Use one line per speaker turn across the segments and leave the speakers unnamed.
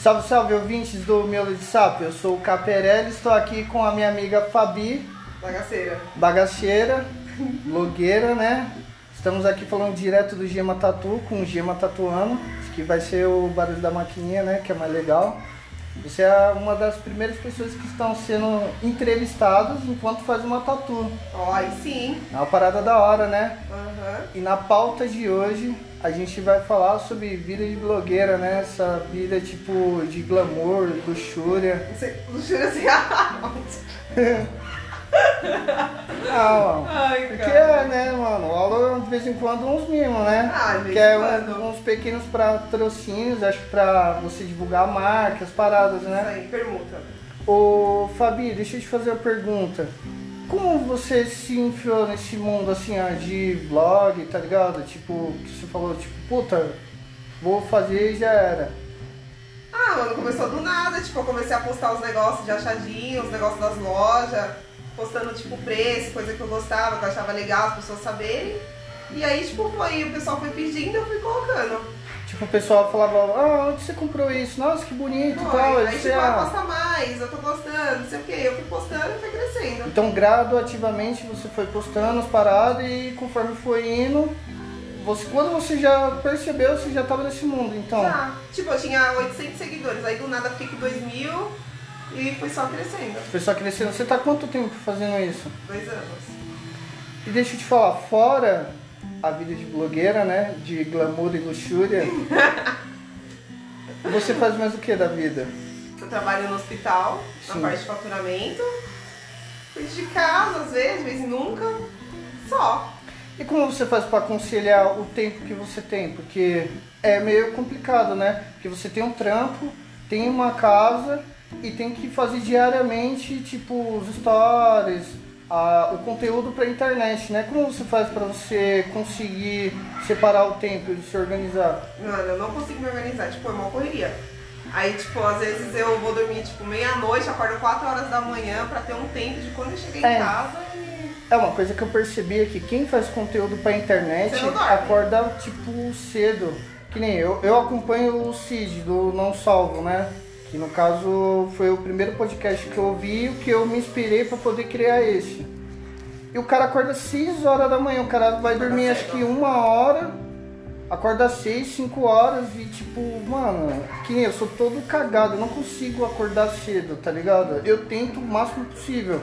Salve, salve, ouvintes do Miolo de Sapo. Eu sou o Caperelli, estou aqui com a minha amiga Fabi,
Bagaceira.
bagaceira, blogueira, né? Estamos aqui falando direto do Gema Tatu, com o Gema Tatuano, que vai ser o barulho da maquininha, né? Que é mais legal. Você é uma das primeiras pessoas que estão sendo entrevistadas enquanto faz uma tatu.
Ó, aí sim.
É uma parada da hora, né?
Aham.
E na pauta de hoje a gente vai falar sobre vida de blogueira, né? Essa vida tipo de glamour, luxúria.
Não sei, Luxúria assim, aonde?
Não, mano.
Ai,
Porque é, né, mano? Rola de vez em quando uns mimos, né?
Ah, de vez
que é
em quando.
um- uns pequenos patrocínios, acho que pra você divulgar a marca, as paradas,
Isso
né?
aí, permuta.
Ô Fabi, deixa eu te fazer uma pergunta. Como você se enfiou nesse mundo assim, ó, de blog, tá ligado? Tipo, que você falou, tipo, puta, vou fazer e já era.
Ah, mano, começou do nada. Tipo, eu comecei a postar os negócios de achadinho, os negócios das lojas. Postando, tipo, preço, coisa que eu gostava, que eu achava legal as pessoas saberem. E aí, tipo, foi, o pessoal foi pedindo, eu fui colocando.
Tipo, o pessoal falava, ah, onde você comprou isso? Nossa, que bonito e tal.
Foi.
Aí
Aí,
você,
tipo, ah,
ah,
posta mais, eu tô gostando, não sei o quê. Eu fui postando e foi crescendo.
Então, graduativamente, você foi postando as paradas e conforme foi indo, você, quando você já percebeu, você já tava nesse mundo, então.
Já. Tipo, eu tinha 800 seguidores, aí do nada eu fiquei com 2 mil e foi só crescendo.
Foi só crescendo. Você tá há quanto tempo fazendo isso?
Dois anos.
E deixa eu te falar, fora a vida de blogueira, né? De glamour e luxúria. você faz mais o que da vida?
Eu trabalho no hospital,
Sim.
na parte de faturamento. Cuido de casa, às vezes, às vezes nunca. Só.
E como você faz para conciliar o tempo que você tem? Porque é meio complicado, né? Porque você tem um trampo, tem uma casa e tem que fazer diariamente, tipo, os stories, a- o conteúdo para internet, né? Como você faz para você conseguir separar o tempo e se organizar?
Mano, eu não consigo me organizar. Tipo, é uma correria. Aí, tipo, às vezes eu vou dormir, tipo, meia-noite, acordo 4 horas da manhã pra ter um tempo de quando eu cheguei
É.
em casa e...
É uma coisa que eu percebi é que quem faz conteúdo pra internet
Você não dorme.
acorda tipo cedo. Que nem eu, eu acompanho o Cid do Não Salvo, né? Que no caso foi o primeiro podcast que eu ouvi e o que eu me inspirei pra poder criar esse. E o cara acorda 6 horas da manhã, o cara vai
Acorda
dormir acho
cedo.
que uma hora, acorda 6, 5 horas e tipo, mano, que nem eu sou todo cagado, eu não consigo acordar cedo, tá ligado? Eu tento o máximo possível.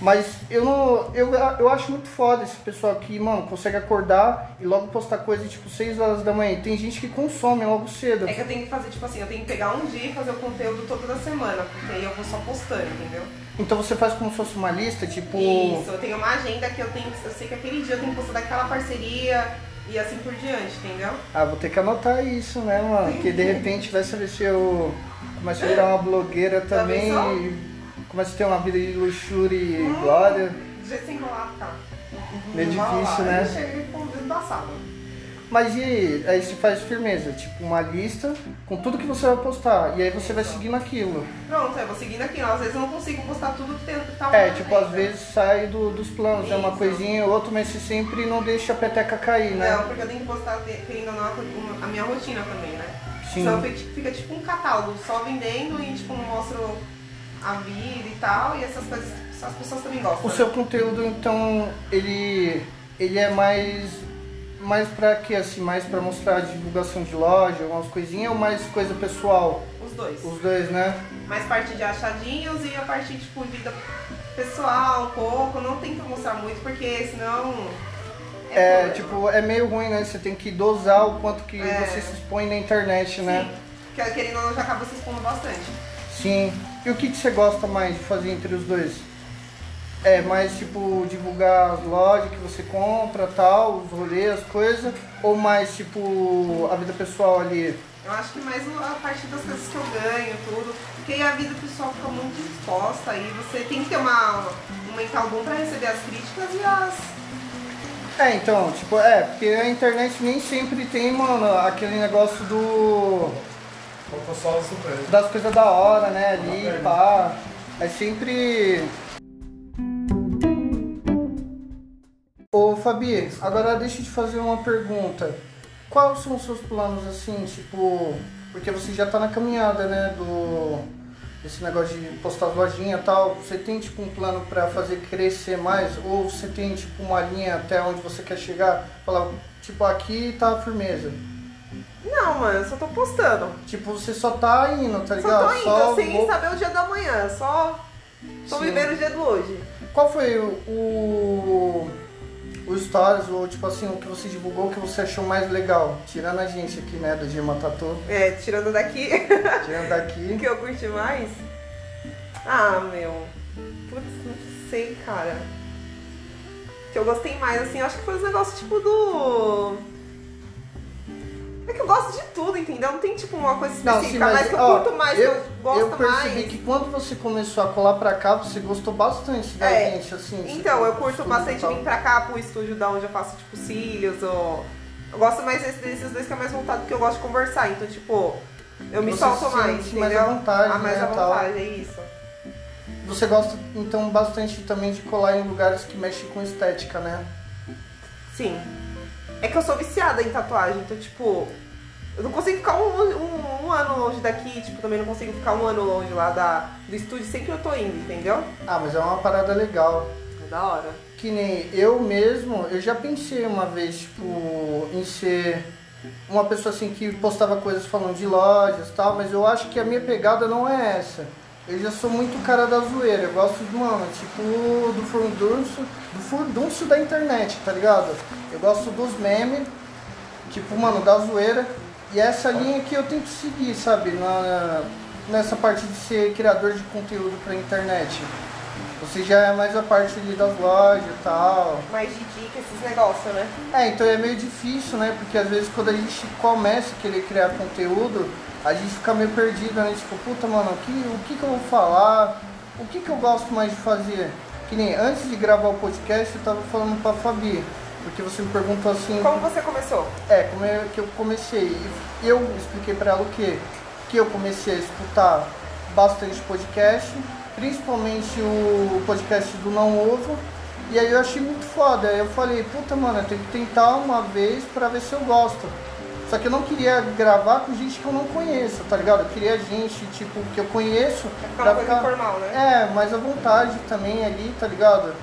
Mas eu não. Eu, eu acho muito foda esse pessoal que, mano, consegue acordar e logo postar coisa tipo 6 horas da manhã. E tem gente que consome logo cedo.
É que eu tenho que fazer, tipo assim, eu tenho que pegar um dia e fazer o conteúdo toda da semana, porque aí eu vou só postando, entendeu?
Então você faz como se fosse uma lista, tipo.
Isso, eu tenho uma agenda que eu tenho que. Eu sei que aquele dia eu tenho que postar daquela parceria e assim por diante, entendeu?
Ah, vou ter que anotar isso, né, mano? Porque de repente vai saber se eu começo a virar uma blogueira também
pensou?
e começo a ter uma vida de luxúria e glória.
Do jeito sem enrolar, tá?
Meio
Enrolar,
difícil, né?
Eu cheguei com o dedo da sala.
Mas e aí? Aí você faz firmeza, tipo uma lista com tudo que você vai postar. E aí você vai seguindo aquilo.
Pronto, eu vou seguindo aqui. Às vezes eu não consigo postar tudo que tem que tá
É,
rolando
tipo, às
ainda.
vezes sai do- dos planos, é uma
Isso.
coisinha ou outra, mas você sempre não deixa a peteca cair, né?
Não, porque eu tenho que postar, de- querendo ou não, a- a minha rotina também, né?
Sim.
Senão fica, fica tipo um catálogo, só vendendo e tipo, mostro a vida e tal. E essas coisas, as pessoas também gostam.
O
né?
seu conteúdo, então, ele, ele é mais, mais pra quê, assim? Mais pra mostrar divulgação de loja, algumas coisinhas, ou mais coisa pessoal?
Os dois.
Os dois, né?
mais parte de achadinhos e a parte tipo vida pessoal, um pouco, não tento mostrar muito porque senão
É,
problema.
tipo, é meio ruim, né? Você tem que dosar o quanto que
É.
você se expõe na internet, né?
Sim. Que- Querendo ou não, já acaba se expondo bastante.
Sim. E o que, que você gosta mais de fazer entre os dois? É mais tipo divulgar as lojas que você compra, tal, os rolês, as coisas, ou mais tipo a vida pessoal ali?
Eu acho que mais o- a parte das coisas que eu ganho, tudo. Porque aí a vida pessoal fica muito exposta e você tem que ter uma, um mental bom pra receber as críticas e as.
É, então, tipo, é, porque a internet nem sempre tem, mano, aquele negócio do.
Colocou só o surpresa.
das coisas da hora, né? Ali, pá. É sempre. Ô Fabi, agora deixa eu te fazer uma pergunta. Quais são os seus planos assim, tipo, Porque você já tá na caminhada, né? Do. Esse negócio de postar as lojinhas e tal. Você tem tipo um plano pra fazer crescer mais? Ou você tem tipo uma linha até onde você quer chegar? Falar, tipo, aqui tá a firmeza.
Não, mano, eu só tô postando.
Tipo, você só tá indo, tá
Só
ligado?
tô indo, sem
vou-
saber o dia da manhã, só tô
Sim.
vivendo o dia do hoje.
Qual foi o, o, o stories, ou tipo assim, o que você divulgou que você achou mais legal? Tirando a gente aqui, né, do Gema Tatu,
É, tirando daqui,
tirando
o
daqui.
que eu curti mais. Ah, meu. Putz, não sei, cara. O que eu gostei mais, assim, eu acho que foi os negócios tipo do. É que eu gosto de tudo, entendeu? Não tem tipo uma coisa específica, mas, que eu
ó,
curto mais, que eu gosto
eu percebi
mais.
que quando você começou a colar pra cá, você gostou bastante da
É.
gente, assim. você
Então, eu
gostou
curto
e
bastante
tal.
vir pra cá pro estúdio da onde eu faço, tipo, cílios ou. Eu gosto mais desse- desses dois que é mais voltado porque eu gosto de conversar. Então, tipo, eu me
Você
solto
se
mais,
sente
entendeu?
mais à vontade,
Ah, mais
né,
à
tal.
vontade, é isso.
Você gosta, então, bastante também de colar em lugares que mexem com estética, né?
Sim. É que eu sou viciada em tatuagem, então, tipo, eu não consigo ficar um, um- um ano longe daqui, tipo, também não consigo ficar um ano longe lá da, do estúdio, sempre eu tô indo, entendeu?
Ah, mas é uma parada legal.
É da hora.
Que nem eu mesmo, eu já pensei uma vez, tipo, em ser uma pessoa assim que postava coisas falando de lojas e tal, mas eu acho que a minha pegada não é essa. Eu já sou muito cara da zoeira, eu gosto de, mano, tipo, do furdunço, do furdunço da internet, tá ligado? Eu gosto dos memes, tipo, mano, da zoeira. E é essa linha que eu tento seguir, sabe? Na, nessa parte de ser criador de conteúdo pra internet. Você já é mais a parte ali das lojas e tal.
Mais de dica, esses negócios, né?
É, então é meio difícil, né? Porque às vezes quando a gente começa a querer criar conteúdo, a gente fica meio perdido, né? Tipo, puta, mano, o que, o que, que eu vou falar? O que, que eu gosto mais de fazer? Que nem antes de gravar o podcast, eu tava falando pra Fabi. Porque você me perguntou assim.
Como você começou?
É, como é que eu comecei? E Eu expliquei pra ela o quê? Que eu comecei a escutar bastante podcast, principalmente o podcast do Não Ovo. E aí eu achei muito foda. Aí eu falei, puta mano, eu tenho que tentar uma vez pra ver se eu gosto. Só que eu não queria gravar com gente que eu não conheço, tá ligado? Eu queria gente, tipo, que eu conheço.
Ficar uma
pra
coisa
ficar-
informal, né?
é, mais à vontade também ali, tá ligado?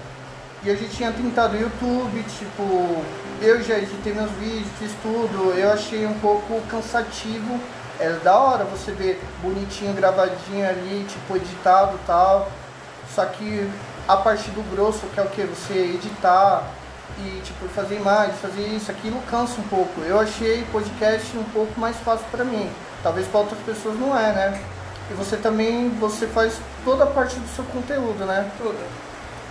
E a gente tinha tentado YouTube, tipo, eu já editei meus vídeos, fiz tudo, eu achei um pouco cansativo. É da hora você ver bonitinho, gravadinho ali, tipo, editado e tal. Só que a parte do grosso, que é o que? Você editar e, tipo, fazer imagem, fazer isso, aquilo cansa um pouco. Eu achei podcast um pouco mais fácil pra mim. Talvez pra outras pessoas não é, né? E você também, você faz toda a parte do seu conteúdo, né?
Tudo.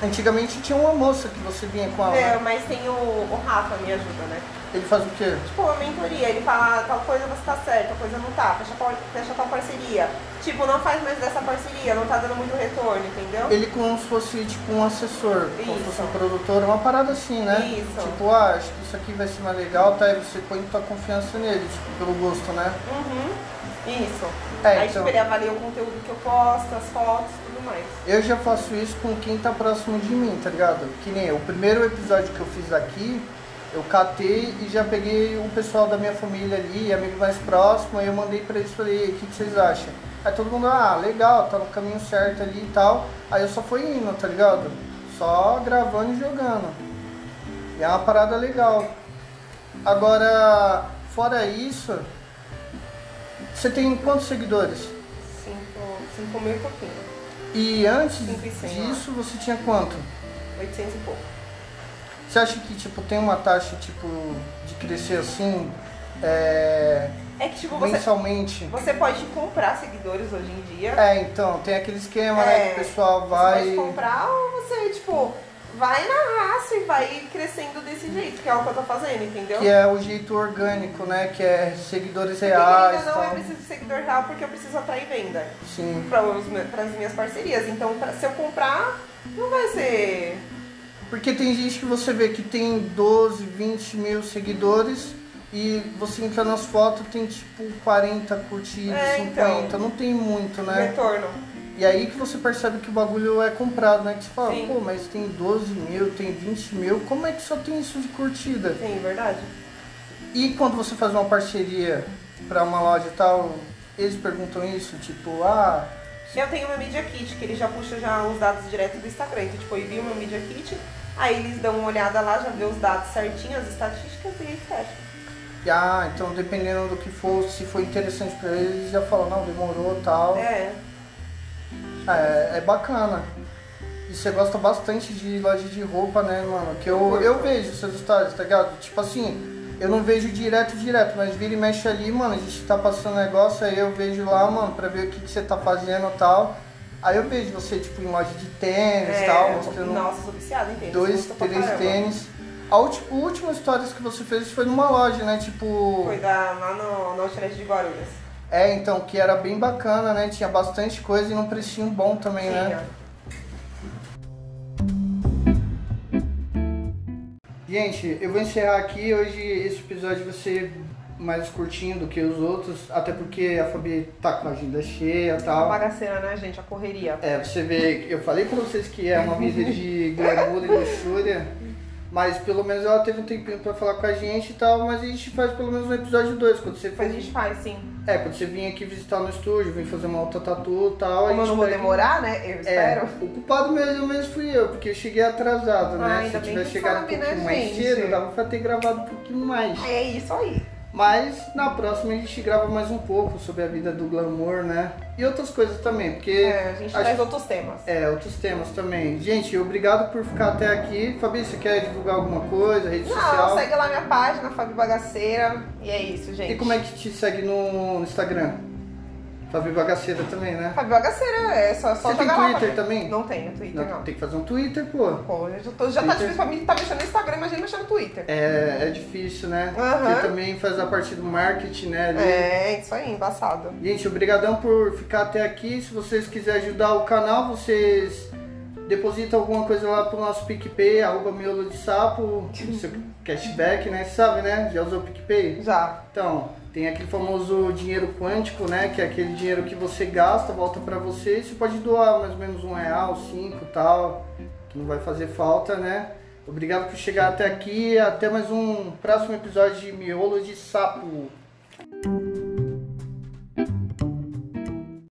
Antigamente tinha uma moça que você vinha com ela.
É,
né?
mas tem o, o Rafa me ajuda, né?
Ele faz o quê?
Tipo, uma mentoria, ele fala tal coisa você tá certo, tal coisa não tá, fecha tal, fecha tal parceria. Tipo, não faz mais dessa parceria, não tá dando muito retorno, entendeu?
Ele como se fosse tipo um assessor, como se
Isso.
fosse um produtor, uma parada assim, né?
Isso.
Tipo, ah, acho que isso aqui vai ser mais legal, tá? E você põe tua confiança nele, tipo, pelo gosto, né?
Uhum. Isso.
É,
Aí,
então.
tipo, ele avalia o conteúdo que eu posto, as fotos, tudo mais.
Eu já faço isso com quem tá próximo de mim, tá ligado? Que nem o primeiro episódio que eu fiz aqui, eu catei e já peguei o pessoal da minha família ali, amigo mais próximo, aí eu mandei pra eles e falei, o que, que vocês acham? Aí todo mundo, ah, legal, tá no caminho certo ali e tal. Aí eu só fui indo, tá ligado? Só gravando e jogando. E é uma parada legal. Agora, fora isso, você tem quantos seguidores?
Cinco, cinco mil e pouquinho.
E antes
Cinco e cem, eu
disso, você tinha quanto?
800 e pouco.
Você acha que tipo, tem uma taxa tipo, de crescer assim é,
É que, tipo, você,
mensalmente?
você pode comprar seguidores hoje em dia.
É, então, tem aquele esquema, né? Que o
É,
pessoal
Você
vai.
pode comprar ou você, tipo, vai na raça e vai crescendo desse jeito, que é o que eu tô fazendo, entendeu?
Que é o jeito orgânico, né? Que é seguidores
Porque querendo
reais. tá.
ou não, é eu
Tal.
preciso de seguidor real porque eu preciso atrair venda
Sim.
para as minhas parcerias. Então, pra- se eu comprar, não vai ser.
Porque tem gente que você vê que tem 12, 20 mil seguidores e você entra nas fotos tem tipo 40 curtidas,
É,
50,
então. é
não tem muito, né?
Retorno.
E aí que você percebe que o bagulho é comprado, né? Que você fala,
Sim.
pô, mas tem 12 mil, tem 20 mil, como é que só tem isso de curtida?
Sim, verdade.
E quando você faz uma parceria, pra uma loja e tal, eles perguntam isso, tipo, ah,
Eu tenho meu Media Kit, que ele já puxa já os dados direto do Instagram. Então, tipo, eu envio meu Media Kit, aí eles dão uma olhada lá, já vê os dados certinhos, as estatísticas e aí fecha.
e, ah, então dependendo do que for, se for interessante pra eles, eles já falam, não, demorou tal. É.
É,
é bacana. E você gosta bastante de loja de roupa, né, mano? Que eu, eu vejo seus stories, tá ligado? Tipo assim, eu não vejo direto, direto, mas vira e mexe ali, mano, a gente tá passando negócio, aí eu vejo lá, mano, pra ver o que, que você tá fazendo e tal. Aí eu vejo você, tipo, em loja de tênis e
é
tal, mostrando
nossa, sou viciada em tênis.
dois,
custa pra
três
caramba.
tênis. A ulti- o último stories que você fez foi numa loja, né? Tipo.
Foi da, lá no, no Outlet de Guarulhos.
É, então, que era bem bacana, né? Tinha bastante coisa e num precinho bom também, né?
Tinha.
Gente, eu vou encerrar aqui. Hoje esse episódio vai ser mais curtinho do que os outros, até porque a Fabi tá com a agenda cheia e
A
tal.
bagaceira, né, gente? A correria.
É, você vê, eu falei pra vocês que é uma vida de glamour e luxúria, mas pelo menos ela teve um tempinho pra falar com a gente e tal, mas a gente faz pelo menos um episódio 2, quando você
Depois
faz
a gente faz, sim.
é, quando você vir aqui visitar no estúdio, vir fazer uma outra tatu e tal. a
Como
gente
eu não vou
vai-
demorar, né? Eu
É,
espero.
o culpado mesmo, mesmo fui eu, porque eu cheguei atrasado, né?
Ah,
Se
ainda
eu
bem
tivesse
que
chegado
sabe,
um
né,
pouquinho mais
gente?
cedo, dava pra ter gravado um pouquinho mais.
É isso aí.
Mas na próxima a gente grava mais um pouco sobre a vida do glamour, né? E outras coisas também, porque.
É, a gente
acho-
traz outros temas.
É, outros temas também. Gente, obrigado por ficar até aqui. Fabi, você quer divulgar alguma coisa, rede social?
Não, segue lá minha página, Fábio Bagaceira. E é isso, gente.
E como é que te segue no Instagram? Fabi Bagaceira também, né?
Fábio Bagaceira, é só, só
Você tem
jogar lá.
Twitter
Fábio.
também?
Não tenho Twitter, não.
Tem que fazer um Twitter, pô.
Pô, eu já, tô- já tá
Twitter.
difícil pra mim tá mexendo no Instagram, imagina mexer no Twitter.
É, é difícil, né?
Aham.
Porque também faz a parte do marketing, né? ali.
É, isso aí, embaçado.
Gente, obrigadão por ficar até aqui. Se vocês quiserem ajudar o canal, vocês depositam alguma coisa lá pro nosso PicPay, arroba miolo de sapo, seu cashback, né? Você sabe, né? Já usou o PicPay?
Já.
Então, tem aquele famoso dinheiro quântico, né? Que é aquele dinheiro que você gasta, volta pra você. Você pode doar mais ou menos um real, cinco tal, que não vai fazer falta, né? Obrigado por chegar até aqui. Até mais um próximo episódio de Miolo de Sapo.